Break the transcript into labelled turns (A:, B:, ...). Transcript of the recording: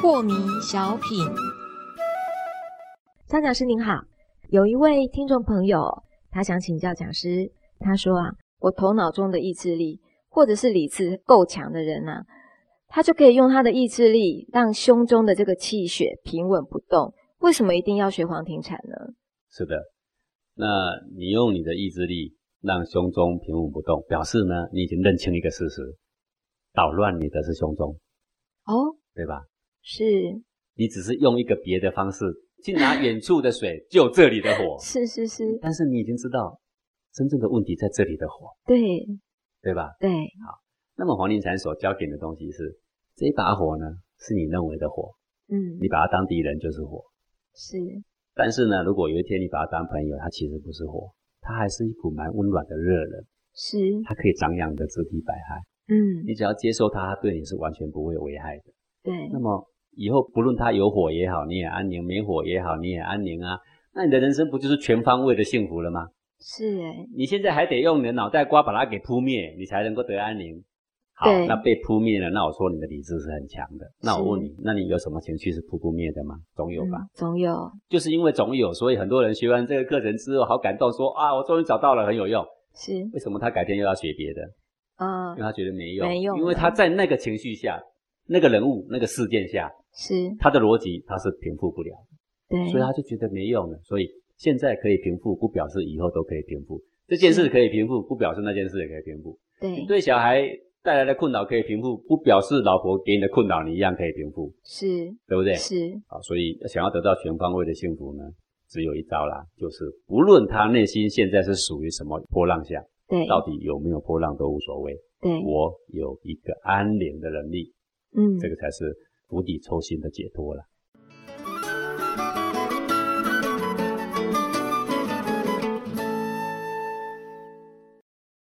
A: 破迷小品，张讲师您好，有一位听众朋友，他想请教讲师，他说啊，我头脑中的意志力或者是理智够强的人啊，他就可以用他的意志力让胸中的这个气血平稳不动，为什么一定要学黄庭禅呢？
B: 是的，那你用你的意志力让胸中平稳不动，表示呢，你已经认清一个事实，捣乱你的是胸中，
A: 哦，
B: 对吧？
A: 是
B: 你只是用一个别的方式，去拿远处的水救这里的火，
A: 是是是，
B: 但是你已经知道真正的问题在这里的火，
A: 对
B: 对吧？
A: 对，
B: 那么黄庭禅所教给你的东西是，这一把火呢，是你认为的火，
A: 嗯，
B: 你把它当敌人就是火。
A: 是
B: 但是呢，如果有一天你把它当朋友，它其实不是火，它还是一股蛮温暖的热能，
A: 是，
B: 它可以长养你的肢体百骸。
A: 嗯，
B: 你只要接受它，它对你是完全不会危害的。
A: 对，
B: 那么以后不论它有火也好，你也安宁；没火也好，你也安宁啊。那你的人生不就是全方位的幸福了吗？
A: 是哎，
B: 你现在还得用你的脑袋瓜把它给扑灭，你才能够得安宁。好
A: 对，
B: 那被扑灭了，那我说你的理智是很强的。那我问你，那你有什么情绪是扑不灭的吗？总有吧。
A: 嗯总有
B: 就是因为总有，所以很多人学完这个课程之后好感动说，啊，我终于找到了，很有用。
A: 是，
B: 为什么他改天又要学别的？
A: 嗯
B: 因为，他觉得没用，
A: 没用
B: 因为他在那个情绪下、那个人物、那个事件下，
A: 是
B: 他的逻辑他是平复不了，
A: 对，
B: 所以他就觉得没用了。所以现在可以平复，不表示以后都可以平复。这件事可以平复，不表示那件事也可以平复。
A: 对
B: 你对小孩带来的困扰可以平复，不表示老婆给你的困扰你一样可以平复，
A: 是
B: 对不对？
A: 是，
B: 啊，所以想要得到全方位的幸福呢，只有一招啦，就是不论他内心现在是属于什么波浪下，
A: 对
B: 到底有没有波浪都无所谓，
A: 对，
B: 我有一个安宁的能力，
A: 嗯，
B: 这个才是釜底抽薪的解脱了。